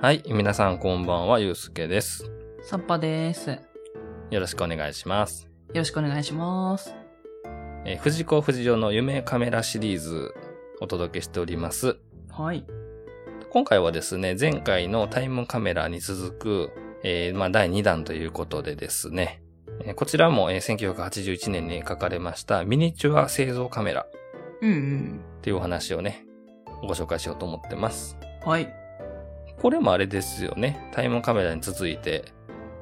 はい。皆さんこんばんは、ゆうすけです。サッパです。よよろしくお願いします。ろしくお願いします。えー藤子不二雄の夢カメラシリーズお届けしております。はい。今回はですね、前回のタイムカメラに続く、えーまあ、第2弾ということでですね、えーこちらも、えー1981年に書かれましたミニチュア製造カメラうんうん。っていうお話をね、ご紹介しようと思ってます。はい。これもあれですよね、タイムカメラに続いて、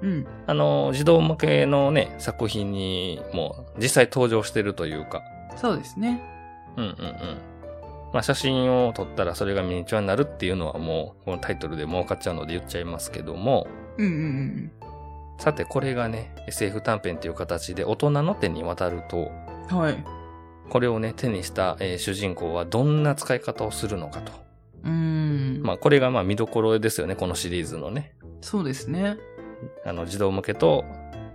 うん。あの、自動向けのね、作品にも実際登場してるというか、そうですね。うんうんうん。まあ、写真を撮ったらそれがミニチュアになるっていうのはもう、このタイトルでもう分かっちゃうので言っちゃいますけども、うんうんさてこれがね、SF 短編という形で大人の手に渡ると、うん。はい。これをね、手にした、えー主人公はどんな使い方をするのかと。うーん。まあ、これがまあ見どころですよね、このシリーズのね。そうですね。あの、児童向けと、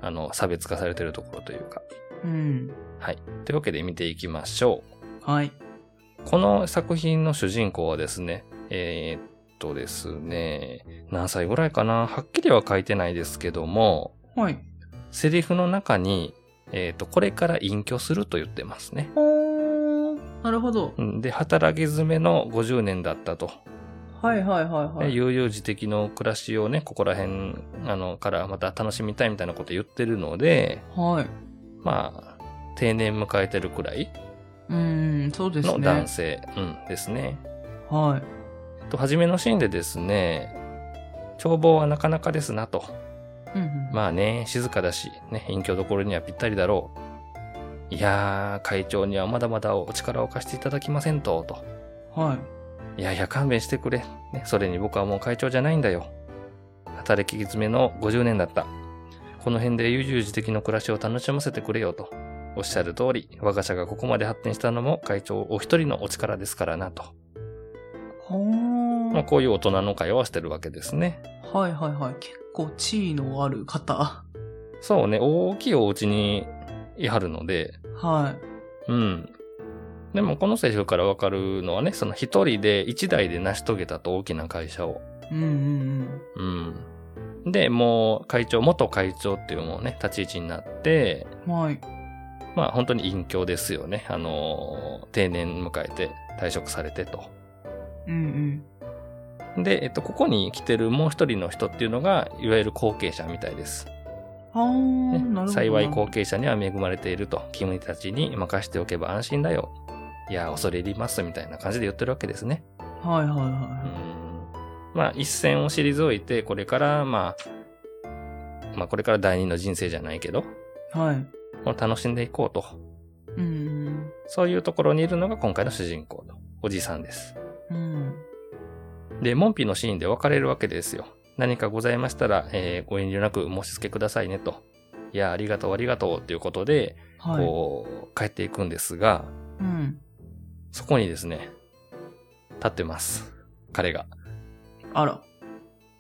あの、差別化されてるところというか。うん。はい。というわけで見ていきましょはい。う。この作品の主人公はですね、えーっとですね、何歳ぐらいかなはっきりは書いてないですけども、はい。セリフの中に、えーっと、これから隠居すると言ってますね。ほー。なるほど。うんで、働き詰めの50年だったと。はいはいはいはでい。悠々自適の暮らしをね、ここら辺、あの、からまた楽しみたいみたいなこと言ってるので、はい。まあ、定年迎えてるくらいうーん。そうですのね。男性、うん、ですね。はと、初めのシーンでですね、眺望はなかなかですなと。い。うんうん。まあね、静かだし、ね、隠居どころにはぴったりだろう。いやー、会長にはまだまだお力を貸していただきませんと、と。はい。いやいや、勘弁してくれ。ね、それに僕はもう会長じゃないんだよ。働き詰めの50年だった。この辺で悠々自適の暮らしを楽しませてくれよと。おっしゃる通り、我が社がここまで発展したのも会長お一人のお力ですからなと。ほまあ、ー。こういう大人の会話をしてるわけですね。はいはいはい。結構地位のある方。そうね、大きいお家にいはるので、はうん。でもこのセリフからわかるのはね、その一人で一台で成し遂げたと大きな会社を。い。うんうんうん。で、もう会長、元会長っていうもうね、立ち位置になって、うん。はい。まあ本当に隠居ですよね。あのー定年迎えて退職されてと。うんで、えっと、ここに来てるもう一人の人っていうのが、いわゆる後継者みたいです。うん。はねー。なるほどな。幸い後継者には恵まれていると。君たちに任しておけば安心だよ。いや、恐れ入りますみたいな感じで言ってるわけですね。はいはいはいはうい。んまあ一線を退いて、これから、まあ、まあこれから第二の人生じゃないけど、はい。もう楽しんでいこうと。うん。そういうところにいるのが今回の主人公のおじさんです。うん。で、モンピのシーンで別れるわけですよ。何かございましたら、えーご遠慮なくお申し付けくださいねと。いや、ありがとう、ありがとうということで、はい。こう、帰っていくんですが、うん。そこにですね、立ってます。彼が。あら。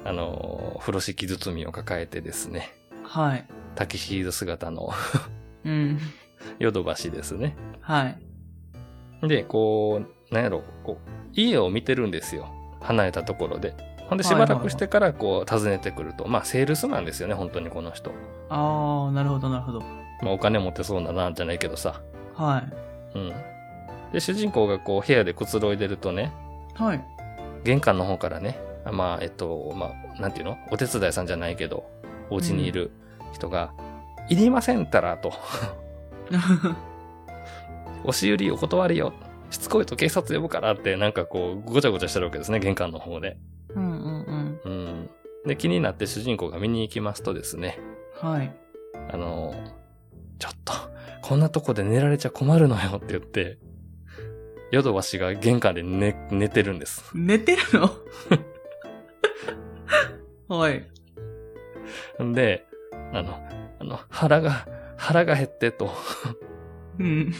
あのー、風呂敷包みを抱えてですね、はい。タキシード姿の うん。ヨドバシですね。はい。で、こう、なんやろ、こう、家を見てるんですよ。離れたところで。ほんで、はいしはいはばいらくしてから、こう、訪ねてくると。まあ、セールスマンですよね、本当にこの人。あー、なるほど、なるほど。まあ、お金持ってそうだな、じゃないけどさ。はい。うん。で、主人公がこう、部屋でくつろいでるとね、はい。 玄関の方からね、あまあ、えっと、まあ、なんていうのお手伝いさんじゃないけど、お家にいる人が、いりませんたら、と。押し売りお断りよ。しつこいと警察呼ぶからって、なんかこう、ごちゃごちゃしてるわけですね、玄関の方で。うんうんうん。うん。で、気になって主人公が見に行きますとですね、はい。あの、ちょっと、こんなとこで寝られちゃ困るのよって言って、ヨドバシが玄関で寝、寝てるんです。寝てるの はい。んで、あの、あの、腹が、腹が減ってと、うん。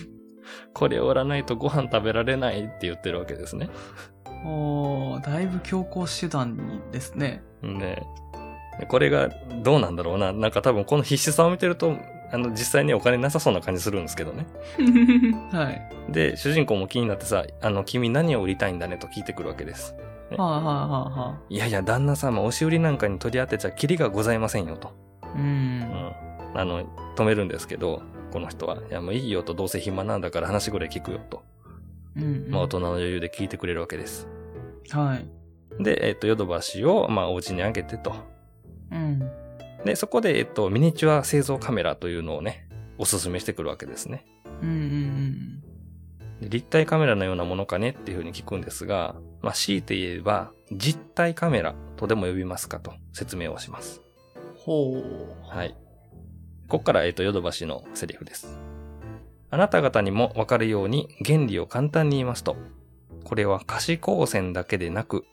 これを売らないとご飯食べられないって言ってるわけですね。おー、だいぶ強行手段にですね。んで、でこれがどうなんだろうな。なんか多分この必死さを見てると、あの、実際にお金なさそうな感じするんですけどね。はい。で、主人公も気になってさ、あの、君何を売りたいんだねと聞いてくるわけです。はあはあはあはいやいや、旦那様、押し売りなんかに取り当てちゃキリがございませんよと。あ。う。うんん。あの、止めるんですけど、この人は、いやもういいよと、どうせ暇なんだから話ぐらい聞くよと。うん。まあ、大人の余裕で聞いてくれるわけです。はい。で、えっと、ヨドバシを、まあ、お家にあげてと。うん。で、そこで、えっと、ミニチュア製造カメラというのをね、おすすめしてくるわけですね。うんうんで立体カメラのようなものかねっていうふうに聞くんですが、まあ、強いて言えば、実体カメラとでも呼びますかと説明をします。うん。ほう。はい。ここから、えっと、ヨドバシのセリフです。あなた方にもわかるように原理を簡単に言いますと、これは可視光線だけでなく、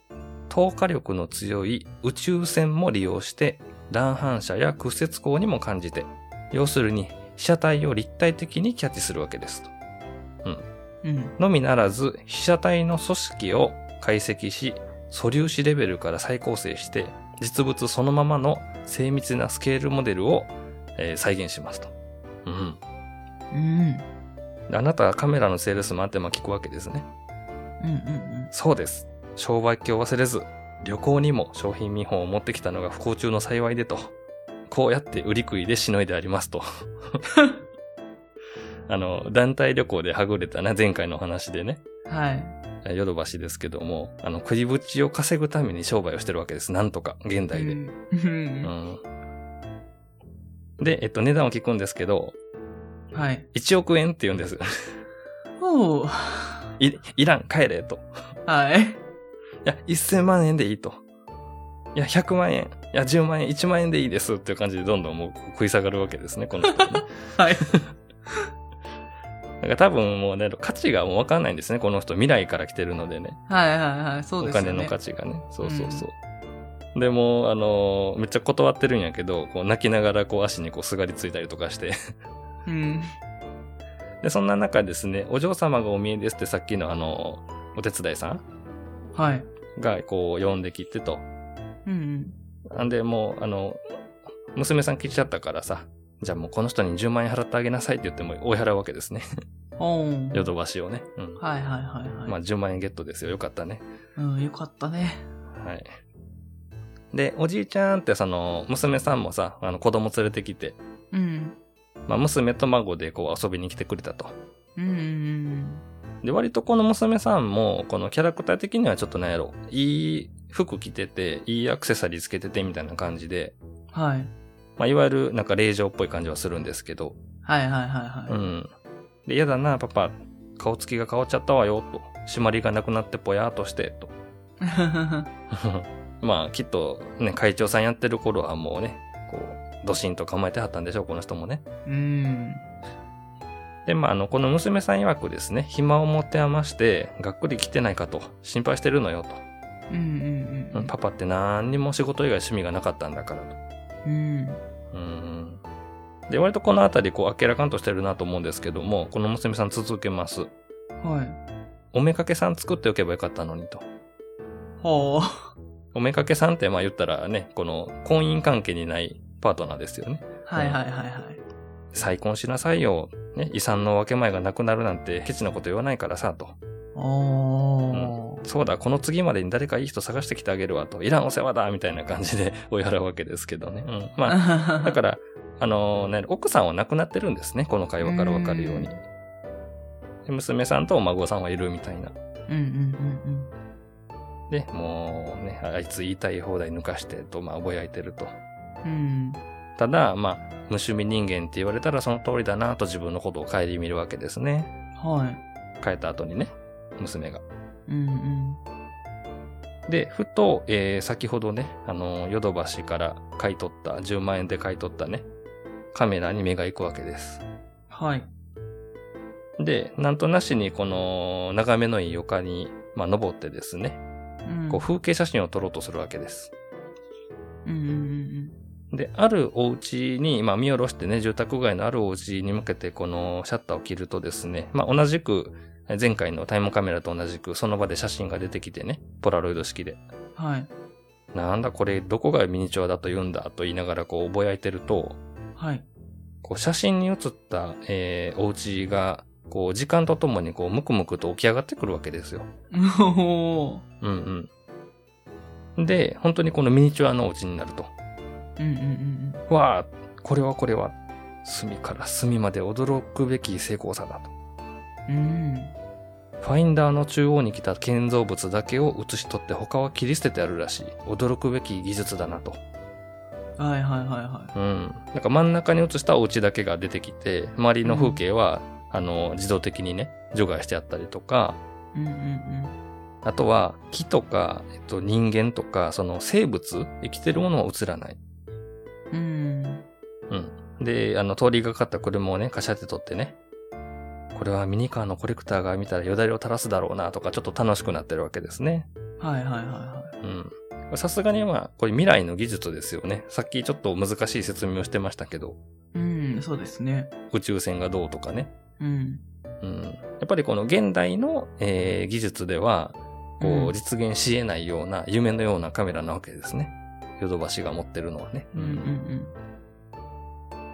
透過力の強い宇宙線も利用して、乱反射や屈折光にも感じて、要するに被写体を立体的にキャッチするわけですと。うん。のみならず、被写体の組織を解析し、素粒子レベルから再構成して、実物そのままの精密なスケールモデルを、えー再現しますと。うん。うん。あなたはカメラのセールスマンってまあ聞くわけですね。うんうんそうです。商売っ気を忘れず、旅行にも商品見本を持ってきたのが不幸中の幸いでと。こうやって売り食いでしのいでありますと。あの、団体旅行ではぐれたな、前回のお話でね。うん。はい。ヨドバシですけども、あの、食いぶちを稼ぐために商売をしてるわけです。なんとか、現代で。ううんん。うんで、えっと、値段を聞くんですけど、はい。 1億円って言うんです。 ほう。い、いらん、帰れ、と。はい。いや、1000万円でいいと。いや、100万円。いや、10万円、1万円でいいです。っていう感じで、どんどんもう食い下がるわけですね、この人はね。 はい。だから多分もうね、価値がもうわかんないんですね、この人。未来から来てるのでね。はいはいはい。そうおですよね。金の価値がね。そうそうそう。でも、あのー、めっちゃ断ってるんやけど、こう泣きながらこう足にこうすがりついたりとかして。 うん。で、そんな中ですね、お嬢様がお見えですってさっきのあのー、お手伝いさんはい。がこう呼んできてと。うんなんで、もう、あの、娘さん来ちゃったからさ、じゃあもうこの人に10万円払ってあげなさいって言っても追い払うわけですね。 うん。おん。ヨドバシをね。うん。はいはいはいはい。まあ10万円ゲットですよ。よかったね。うん、よかったね。はい。で、おじいちゃんってその、娘さんもさ、あの子供連れてきて、うん。まあ、娘と孫でこう遊びに来てくれたと。うんうんで、割とこの娘さんも、このキャラクター的にはちょっとなんやろ、いい服着てて、いいアクセサリーつけててみたいな感じで、うん。はい。まあ、いわゆるなんか令嬢っぽい感じはするんですけど、はいはいはいはうい。ん。で、嫌だな、パパ、顔つきが変わっちゃったわよ、と。締まりがなくなってぽやーっとして、と。 まあ、きっとね、会長さんやってる頃はもうね、こう、ドシンと構えてはったんでしょう、この人もね。 うん。で、まあ、あの、この娘さん曰くですね、暇を持て余して、がっくり来てないかと、心配してるのよと。うんうんうん。パパって何にも仕事以外趣味がなかったんだからと。うん。うん。で、割とこのあたり、こう、あっけらかんとしてるなと思うんですけども、この娘さん続けます。はい。おめかけさん作っておけばよかったのにと。ほう。おめかけさんって、まあ言ったらね、この婚姻関係にないパートナーですよね。はいはいはいはい。再婚しなさいよ。ね、遺産の分け前がなくなるなんてケチなこと言わないからさ、と。おー。そうだ、この次までに誰かいい人探してきてあげるわと、いらんお世話だみたいな感じで 追い払うわけですけどね。うん。 まあ、だだから、あのーね、奥さんは亡くなってるんですね、この会話からわかるように。うで娘さんとお孫さんはいるみたいな。ら、 うんうんで、もうね、あいつ言いたい放題抜かしてと、まあ、ぼやいてると。うんうん。ただ、まあ、無趣味人間って言われたらその通りだなと自分のことを顧みるわけですね。うん。はい。帰った後にね、娘が。うんうん。で、ふと、えー先ほどね、あのー、ヨドバシから買い取った、10万円で買い取ったね、カメラに目が行くわけです。はい。で、なんとなしにこの、眺めのいい丘に、まあ、登ってですね、うん。こう、風景写真を撮ろうとするわけです。うんうんうんで、あるお家に、まあ、見下ろしてね、住宅街のあるお家に向けて、この、シャッターを切るとですね、まあ、同じく、え前回のタイムカメラと同じく、その場で写真が出てきてね、ポラロイド式で。うん。はい。なんだこれ、どこがミニチュアだと言うんだと言いながら、こう、ぼやいてると、 はい。こう写真に写った、えー、お家が、こう、時間とともに、こう、むくむくと起き上がってくるわけですよ。おー。うんうん。で、本当にこのミニチュアのお家になると。うんうんうんわあ、これはこれは、隅から隅まで驚くべき成功さだと。うん。ファインダーの中央に来た建造物だけを写し取って他は切り捨ててあるらしい。驚くべき技術だなと。うん。はいはいはいはうん。なんか真ん中に写したお家だけが出てきて、周りの風景は、あの、自動的にね、除外してあったりとか、い。うんうんうん。あとは木とか、えっと、人間とか、その生物、生きてるものは映らない。うん。うん。で、あの、通りがかった車をね、カシャって撮ってね、これはミニカーのコレクターが見たらよだれを垂らすだろうなとか、ちょっと楽しくなってるわけですね。はいはいはいはうん。さすがにまあ、これ未来の技術ですよね。さっきちょっと難しい説明をしてましたけど、い。うん、そうですね。宇宙船がどうとかね。うん。うん。やっぱりこの現代の、えー技術では、こうう、ん実現し得ないような、夢のようなカメラなわけですね。ヨドバシが持ってるのはね。うんうん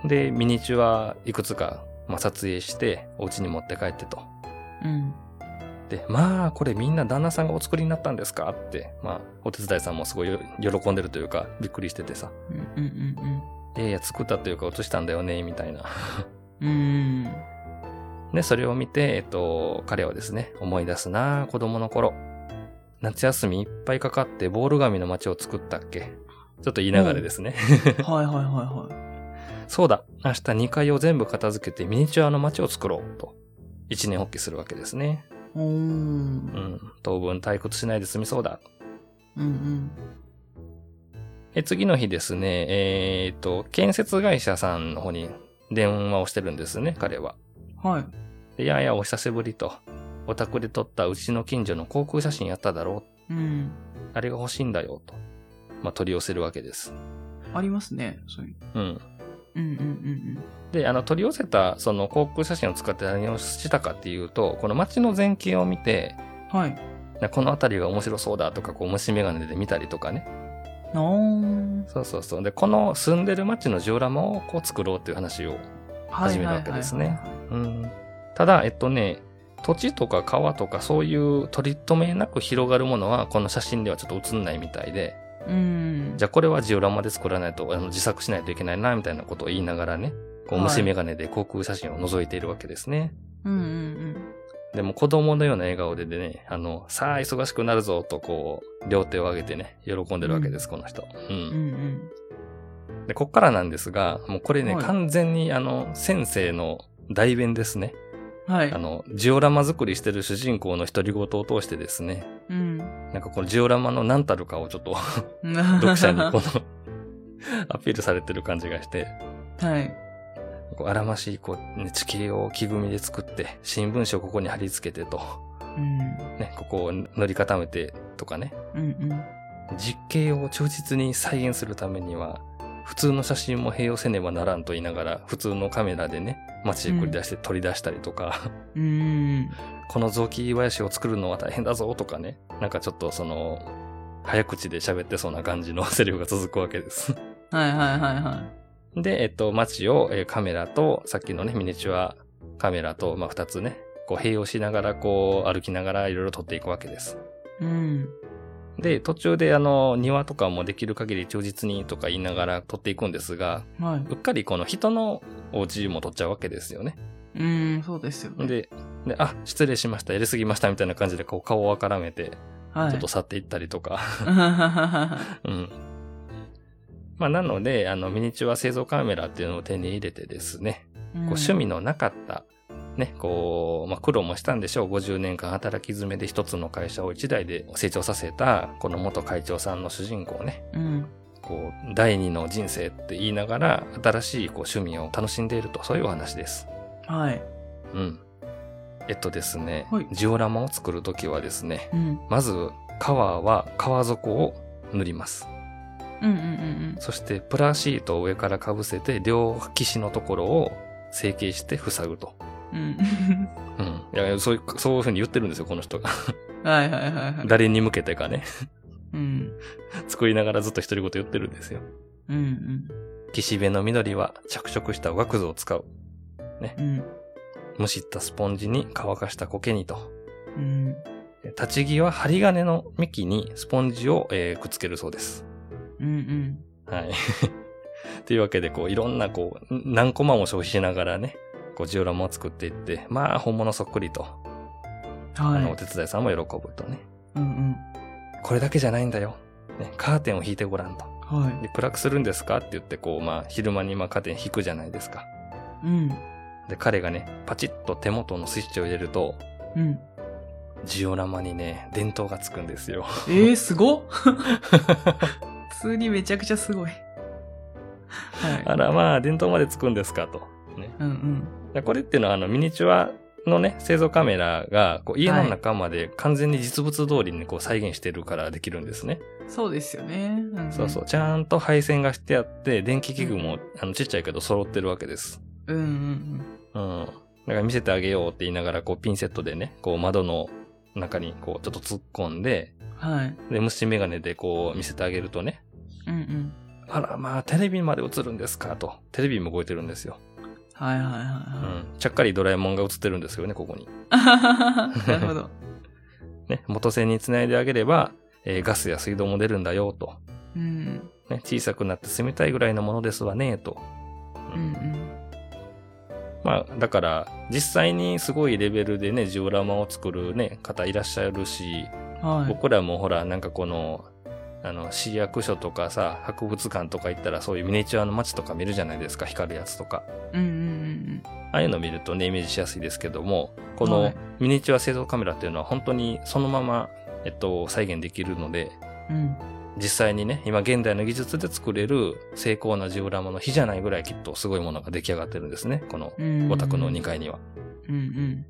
で、ミニチュアいくつか、まあ、撮影して、お家に持って帰ってと。うん。うん。で、まあ、これみんな旦那さんがお作りになったんですかって、まあ、お手伝いさんもすごいよ喜んでるというか、びっくりしててさ。うんうんいやいや、作ったというか映したんだよね、みたいな。うんうん。うん。で、それを見て、えっと、彼はですね、思い出すなあ子供の頃。夏休みいっぱいかかってボール紙の街を作ったっけちょっと言いながらですね。はいはいはいは そうだ、明日2階を全部片付けてミニチュアの街を作ろうと。一年発起するわけですね。い。おー。うんうん。当分退屈しないで済みそうだ。うん。え、次の日ですね、えーっと、建設会社さんの方に電話をしてるんですね、彼は。はい。でやあやあお久しぶりと。お宅で撮ったうちの近所の航空写真やっただろうん。う。あれが欲しいんだよ、と。まあ、取り寄せるわけです。ありますね。そういう。うん。うんうんうんで、あの、取り寄せた、その航空写真を使って何をしたかっていうと、この街の全景を見て、うん。はい。なこの辺りが面白そうだとか、こう、虫眼鏡で見たりとかね。なー。そうそうそう。で、この住んでる街のジオラマをこう作ろうっていう話を。はい始めるはいわはいけはいですねうん。ただ、えっとね、土地とか川とかそういう取り留めなく広がるものは、この写真ではちょっと映んないみたいで、うん。じゃあこれはジオラマで作らないと、あの自作しないといけないな、みたいなことを言いながらね、こうはい虫眼鏡で航空写真を覗いているわけですね。うんうんでも子供のような笑顔でね、あの、さあ忙しくなるぞとこう、両手を上げてね、喜んでるわけです、この人。う。うん。うんんで、こっからなんですが、もうこれね、はい完全にあの、先生の代弁ですね。うん。は いあ。の、ジオラマ作りしてる主人公の独り言を通してですね、うん。なんかこのジオラマの何たるかをちょっと 読読者にこの アピールされてる感じがして、はい。こうあらましいこう、ね地形を木組みで作って、新聞紙をここに貼り付けてと、 うん。ね、ここを塗り固めてとかね、うん実景を忠実に再現するためには、普通の写真も併用せねばならんと言いながら、普通のカメラでね、街へ繰り出して取り出したりとか、うん。うん。この雑木林を作るのは大変だぞとかね。なんかちょっとその、早口で喋ってそうな感じのセリフが続くわけです。 はいはいはいはで、えっと、街をえーカメラと、さっきのね、ミニチュアカメラと、まあ、二つね、こう併用しながら、こう、歩きながらいろいろ撮っていくわけです。い。うん。で、途中であの、庭とかもできる限り忠実にとか言いながら撮っていくんですが、はうっかりこの人のお家も撮っちゃうわけですよね。い。うん、そうですよね。、で、であ、失礼しました、やりすぎましたみたいな感じでこう顔をあからめて、はい、ちょっと去っていったりとか。はうん。まあ、なので、あの、ミニチュア製造カメラっていうのを手に入れてですね、い。こう趣味のなかった、ね、こう、まあ、苦労もしたんでしょう。50年間働き詰めで一つの会社を一代で成長させた、この元会長さんの主人公ね、うん。こう、第二の人生って言いながら、新しいこう趣味を楽しんでいると、そういうお話です。はい。うん。えっとですね、はいジオラマを作るときはですね、うん。まず、川は川底を塗ります。うんうんうんそしてプラシートを上からかぶせて両岸のところを成形して塞ぐと。うん。うん。いや、そういう、そういうふうに言ってるんですよ、この人が。 うん。はいはいはいはい。誰に向けてかね。 うん。作りながらずっと独り言言ってるんですよ。うん岸辺の緑は着色した枠図を使う。うん。うん。むしったスポンジに乾かした苔にと。うん。立ち木は針金の幹にスポンジを、えーくっつけるそうです。うんはい。 というわけで、こう、いろんな、こう、ん何コマも消費しながらね、こう、ジオラマを作っていって、まあ、本物そっくりと、うん。はあの、おい。手伝いさんも喜ぶとね。うんこれだけじゃないんだよ。ね、カーテンを引いてごらんと。うん。はで、暗くするんですかって言って、こう、まあ、昼間に、まあ、カーテン引くじゃないですか。い。うん。で、彼がね、パチッと手元のスイッチを入れると、うん。ジオラマにね、電灯がつくんですよ。ええー、すごっ普通にめちゃくちゃすごい。はい。あら、まあ、電灯までつくんですかと。うんうん。でこれっていうのは、あの、ミニチュアのね、製造カメラが、こう、家の中まで完全に実物通りにこう再現してるからできるんですね。そうですよね。んんそうそう。。ちゃんと配線がしてあって、電気器具も、あの、ちっちゃいけど揃ってるわけです。うんうんうん。だから見せてあげようって言いながら、こう、ピンセットでね、こう、窓の中に、こう、ちょっと突っ込んで、うん。はい。で、虫眼鏡でこう、見せてあげるとね、うんうん。あら、まあ、テレビまで映るんですかと。テレビも動いてるんですよ。はいはいはいうん。ちゃっかりドラえもんが映ってるんですよね、ここに。はい。 なるほど。ね、元線につないであげれば、えーガスや水道も出るんだよ、と。うんね、小さくなって住みたいぐらいのものですわね、と。うんうん。まあ、だから、実際にすごいレベルでね、ジオラマを作るね、方いらっしゃるし、はい。僕らもほら、なんかこの、あの、市役所とかさ、博物館とか行ったらそういうミニチュアの街とか見るじゃないですか、光るやつとか。うんうんああいうの見るとね、イメージしやすいですけども、こはのいミニチュア製造カメラっていうのは本当にそのまま、えっと、再現できるので、うんうん。実際にね、今現代の技術で作れる精巧なジオラマの比じゃないぐらいきっとすごいものが出来上がってるんですね、このうんうん。お宅の2。階には。うん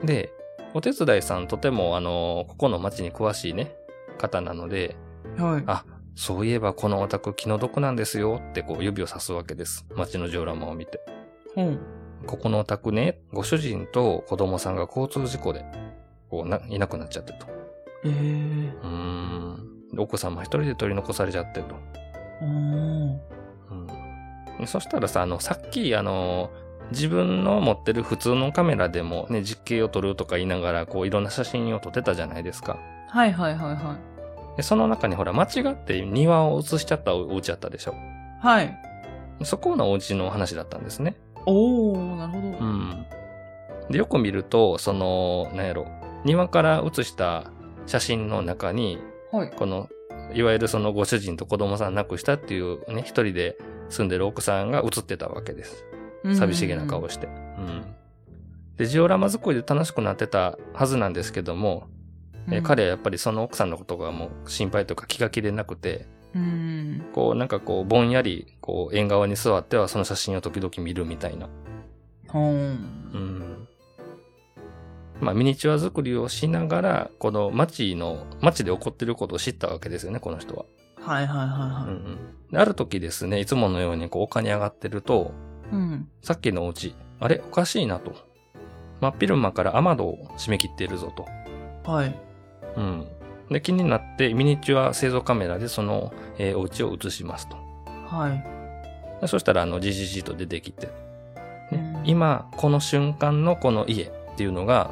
うん。で、お手伝いさんとてもあの、ここの街に詳しいね、方なので、はい。あ、そういえばこのオタク気の毒なんですよってこう指をさすわけです。街のジオラマを見て。ほう。ここのオタクね、ご主人と子供さんが交通事故で、こうな、いなくなっちゃってと。ええうー。ーん。で奥様一人で取り残されちゃってと。おー。うんで。そしたらさ、あの、さっきあの、自分の持ってる普通のカメラでもね、実景を撮るとか言いながら、こういろんな写真を撮ってたじゃないですか。はいはいはいはで、その中にほら、間違って庭を映しちゃったお家あったでしょ。い。はい。そこのお家の話だったんですね。おー、なるほど。うん。で、よく見ると、その、なんやろ、庭から写した写真の中に、はい。この、いわゆるそのご主人と子供さん亡くしたっていうね、一人で住んでる奥さんが写ってたわけです。寂しげな顔しして。うん。で、ジオラマ作りで楽しくなってたはずなんですけども、え彼はやっぱりその奥さんのことがもう心配とか気が気でなくて、うん。こうなんかこうぼんやり、こう縁側に座ってはその写真を時々見るみたいな。ほう。うん。まあミニチュア作りをしながら、この街の、街で起こってることを知ったわけですよね、この人は。はいはいはうんいうはい。ん。である時ですね、いつものようにこう丘に上がってると、うん。さっきのお家、あれおかしいなと。真っ昼間から雨戸を閉め切っているぞと。はい。うん。で、気になってミニチュア製造カメラでその、えーお家を映しますと。はい。でそしたら、あの、じじじと出てきて、うんね、今、この瞬間のこの家っていうのが、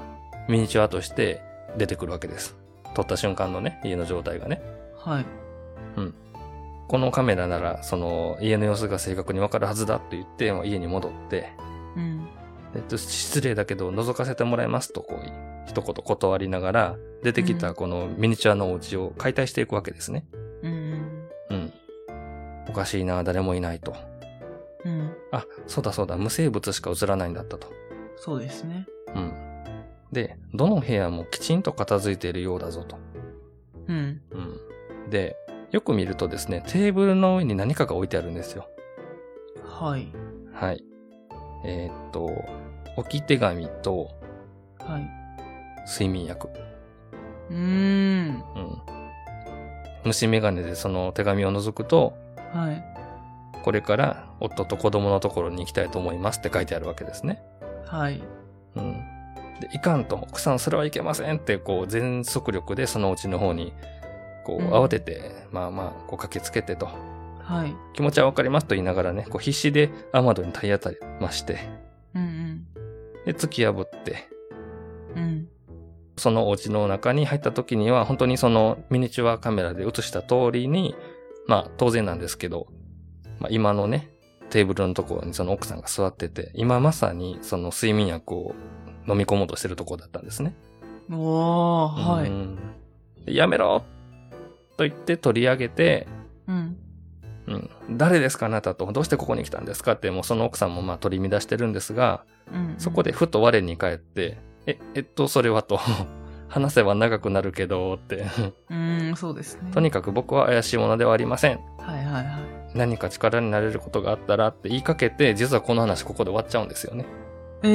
ミニチュアとして出てくるわけです。撮った瞬間のね、家の状態がね。はい。このカメラなら、その、家の様子が正確にわかるはずだって言って、まあ家に戻って、うん。えっと、失礼だけど、覗かせてもらいますと、こう、一言断りながら、出てきうたんこのミニチュアのお家を解体していくわけですね。うん。うん。おかしいな、誰もいないと。うん。あ、そうだそうだ、無生物しか映らないんだったと。そうですね。うん。で、どの部屋もきちんと片付いているようだぞと。うん。うん。で、よく見るとですね、テーブルの上に何かが置いてあるんですよ。はい。はい。えーっと、置き手紙とはい。睡眠薬。うーん。うん。虫眼鏡でその手紙を覗くと、はい。これから夫と子供のところに行きたいと思いますって書いてあるわけですね。はい。うん。で、いかんと、奥さんそれはいけませんって、こう、全速力でそのうちの方に、こう、うん慌てて、まあまあ、こう駆けつけてと、はい。気持ちはわかりますと言いながらね、こう必死で雨戸に体当たりまして、うんで、突き破って、うん。うん。そのお家の中に入った時には、本当にそのミニチュアカメラで映した通りに、まあ当然なんですけど、まあ今のね、テーブルのところにその奥さんが座ってて、今まさにその睡眠薬を飲み込もうとしてるところだったんですね。おー、はうい。んでやめろと言って取り上げて、うん。うん、誰ですかあなたと、どうしてここに来たんですかって、もうその奥さんもまあ取り乱してるんですが、うん。そこで。ふと我に返って、え、えっと、それはと、 話せば長くなるけど、って、 うん、そうですね。とにかく僕は怪しいものではありません。はいはいは何か力になれることがあったらって言いかけて、実はこの話ここで終わっちゃうんですよね。い。え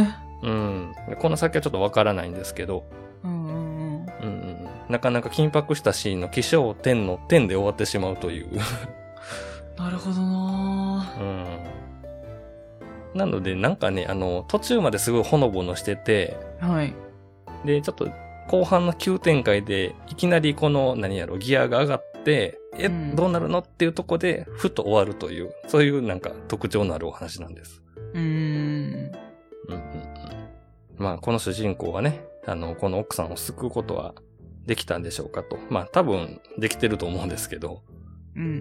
ー。うん。でこの先はちょっとわからないんですけど、うんうんうん。うんうんうん、なかなか緊迫したシーンの起承点の点で終わってしまうという。 なるほどなうん。なので、なんかね、あの、途中まですごいほのぼのしてて、ーはい。で、ちょっと後半の急展開で、いきなりこの、何やろ、ギアが上がって、え、うんどうなるのっていうとこで、ふと終わるという、そういうなんか特徴のあるお話なんです。うーん。うんうんうん。まあ、この主人公はね、あの、この奥さんを救うことはできたんでしょうかと。まあ、多分できてると思うんですけど、うんうんうん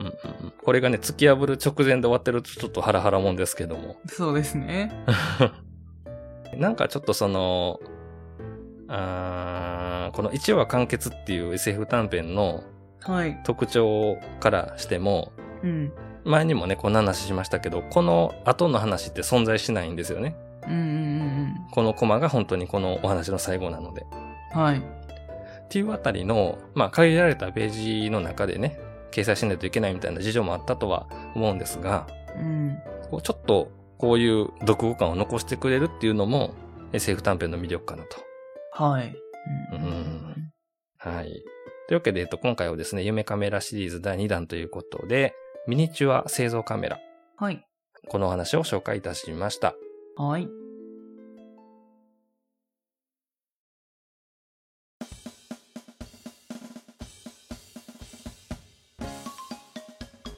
うんうん、これがね、突き破る直前で終わってるとちょっとハラハラもんですけども。うん。そうですね。なんかちょっとその、あーこの1話完結っていう SF 短編のはい。特徴からしても、うん。前にもね、こんな話しましたけど、この後の話って存在しないんですよね。うんうんうんこのコマが本当にこのお話の最後なので。うん。はい。っていうあたりの、まあ、限られたページの中でね、掲載しないといけないみたいな事情もあったとは思うんですが、うん。こうちょっとこういう読後感を残してくれるっていうのも SF 短編の魅力かなと。はい。うんはい。というわけで、えっと、今回はですね、夢カメラシリーズ第2弾ということで、ミニチュア製造カメラ、はい。このお話を紹介いたしました。はい。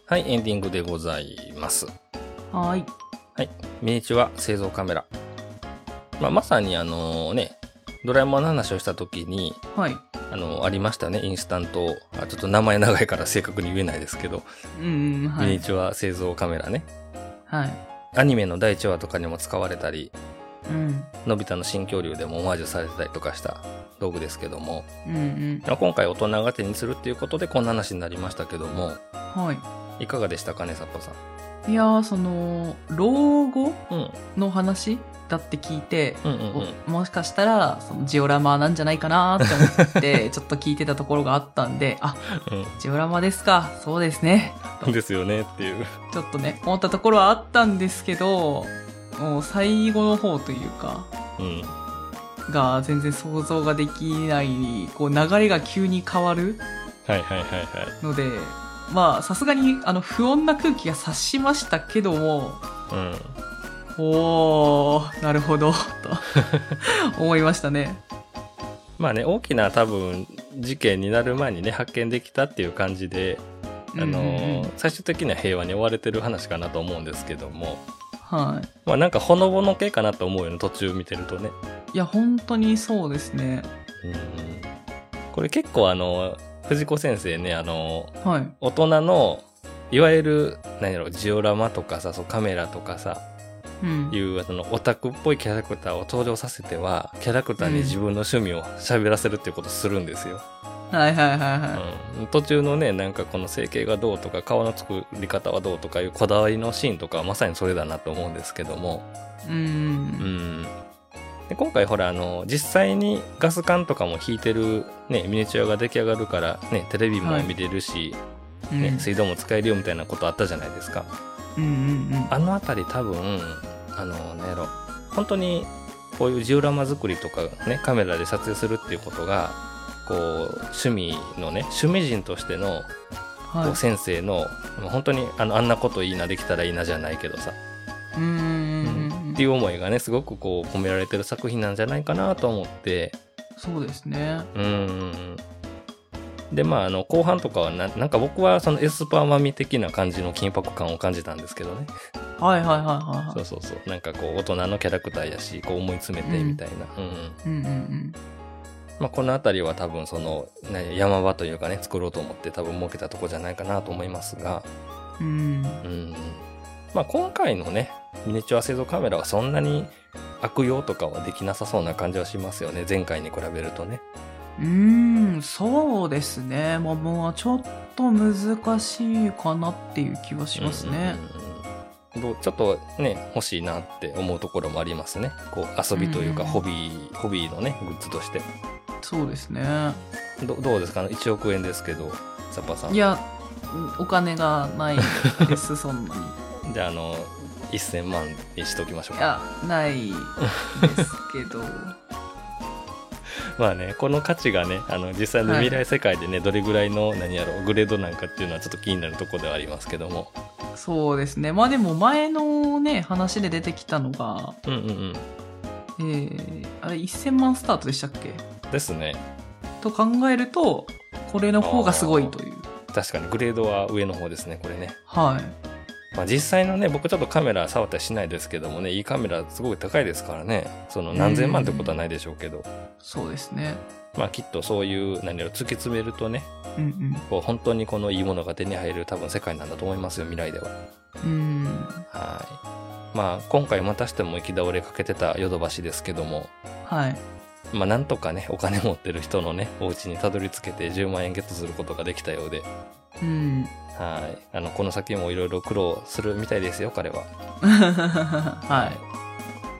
はい、エンディングでございます。はい。ミニチュア製造カメラ。まあ、まさにあのね、ドラえもんの話をした時に、はい。あの、ありましたね、インスタント、あちょっと名前長いから正確に言えないですけど、うんうん。はミいニ。チュア製造カメラね。はい。アニメの第1話とかにも使われたり、うん。のび太の新恐竜でもオマージュされてたりとかした道具ですけども、うんうん。まあ今回大人が手にするっていうことでこんな話になりましたけども、はいかがでしたかね、サッポさん。い。いやー、その、老後うん、の話だって聞いて、うん、うん、うん。おもしかしたらそのジオラマなんじゃないかなーって思っ てちょっと聞いてたところがあったんであジオラマですかそうですねうん、ですよねっていう。ちょっとね思ったところはあったんですけどもう最後の方というかうん、が全然想像ができないこう流れが急に変わるはい、はい、はい、はい。のでまあさすがにあの不穏な空気が察しましたけどもうん、おーなるほ どと思いましたねまあね、大きな多分事件になる前にね、発見できたっていう感じで、あのーうんうんうん最終的には平和に追われてる話かなと思うんですけども、はいまあなんかほのぼの系かなと思うよね、途中見てるとね。いや本当にそうですねうんこれ結構あの藤子先生ねあのはい大人のいわゆる何やろジオラマとかさそうカメラとかさうんいうそのオタクっぽいキャラクターを登場させてはキャラクターに自分の趣味を喋らせるっていうことするんですよ、はいはいはいはうん途中のねなんかこの整形がどうとか顔の作り方はどうとかいうこだわりのシーンとかはまさにそれだなと思うんですけども、い。う。うんん、で今回ほらあの実際にガス管とかも引いてる、ね、ミニチュアが出来上がるから、ね、テレビも見れるし、うねん。水道も使えるよみたいなことあったじゃないですかうんうんうん。あの辺り多分あのなんやろ本当にこういうジオラマ作りとか、ね、カメラで撮影するっていうことがこう趣味のね趣味人としてのこはう先生の、まあ本当にあのあんなこといいなできたらいいなじゃないけどさい。うんうんうんうん。っていう思いがねすごくこう込められてる作品なんじゃないかなと思ってそうですね。うんうんうんでまああの後半とかはななんか僕はそのエスパーマミ的な感じの緊迫感を感じたんですけどねはいはいはいはいはそいうそうそうなんかこう大人のキャラクターやしこう思い詰めてみたいな、うんうんうんうんうんまあ、この辺りは多分そのね山場というかね作ろうと思って多分設けたとこじゃないかなと思いますが、うんうんまあ、今回のねミニチュア製造カメラはそんなに悪用とかはできなさそうな感じはしますよね前回に比べるとね。うーん、そうですね。まあ、まあ、ちょっと難しいかなっていう気はしますね。うんうんうん。どうちょっとね欲しいなって思うところもありますねこう遊びというかうんうんホビー、ホビーのねグッズとしてそうですね。どどうですか1億円ですけどサッパさんいや、お金がないです、そんなに。じゃああの1000万にしておきましょういかや、ないですけど。まあねこの価値がねあの実際のはい未来世界でね、どれぐらいの何やろうグレードなんかっていうのはちょっと気になるところではありますけどもそうですね。まあでも前のね、話で出てきたのが、うんうんうんえー、あれ1000万スタートでしたっけですねと考えると、これの方がすごいという。確かにグレードは上の方ですねこれね、はい。まあ、実際のね僕ちょっとカメラ触ったりしないですけどもねいいカメラすごい高いですからねその何千万ってことはないでしょうけど、そうですね。まあきっとそういう何やろ突き詰めるとねうんうん。こう本当にこのいいものが手に入る多分世界なんだと思いますよ未来ではうん。はいまあ今回またしても行き倒れかけてたヨドバシですけどもはい。まあ、なんとかね、お金持ってる人のね、お家にたどり着けて10万円ゲットすることができたようで、うん。 はい。あの、この先もいろいろ苦労するみたいですよ、彼は。はい。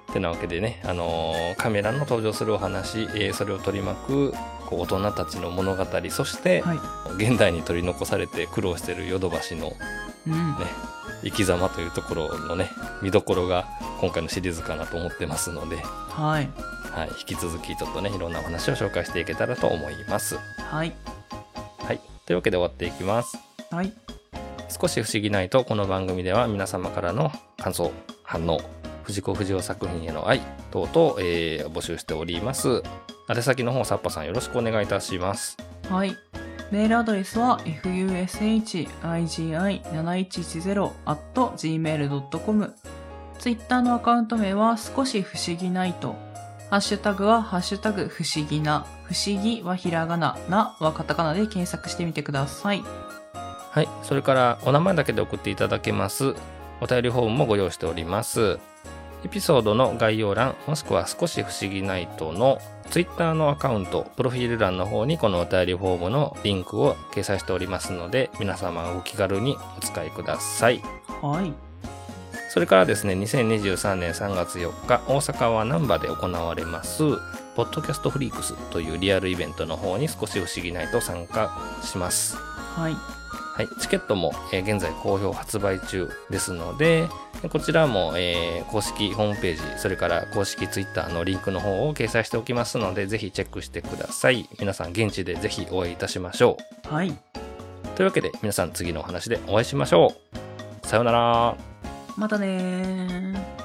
い。てなわけでね、あのーカメラの登場するお話、えーそれを取り巻く、こう、大人たちの物語、そして、はい現代に取り残されて苦労してるヨドバシのうんね生き様というところのね、見どころが今回のシリーズかなと思ってますので、はい。はい。引き続きちょっとね、いろんなお話を紹介していけたらと思います。はい。はい。というわけで終わっていきます。はい。少し不思議ないと、この番組では皆様からの感想、反応、藤子不二雄作品への愛等々、えー募集しております。宛先の方、サッパさんよろしくお願いいたします。はい。メールアドレスは fushigi7110.gmail.com。ツイッターのアカウント名は少し不思議ないと。ハッシュタグはハッシュタグ不思議な。不思議はひらがな。なはカタカナで検索してみてください。はい。それから、お名前だけで送っていただけます。お便りフォームもご用意しております。エピソードの概要欄、もしくは少し不思議ないとの Twitter のアカウント、プロフィール欄の方にこのお便りフォームのリンクを掲載しておりますので、皆様お気軽にお使いください。はい。それからですね、2023年3月4日、大阪は難波で行われます、ポッドキャストフリークスというリアルイベントの方に少し不思議ないと参加します。はい。はい、チケットも、えー現在好評発売中ですので、こちらも、えー公式ホームページ、それから公式ツイッターのリンクの方を掲載しておきますので、ぜひチェックしてください。皆さん現地でぜひお会いいたしましょはい。う。というわけで、皆さん次のお話でお会いしましょう。さようなら。またねー。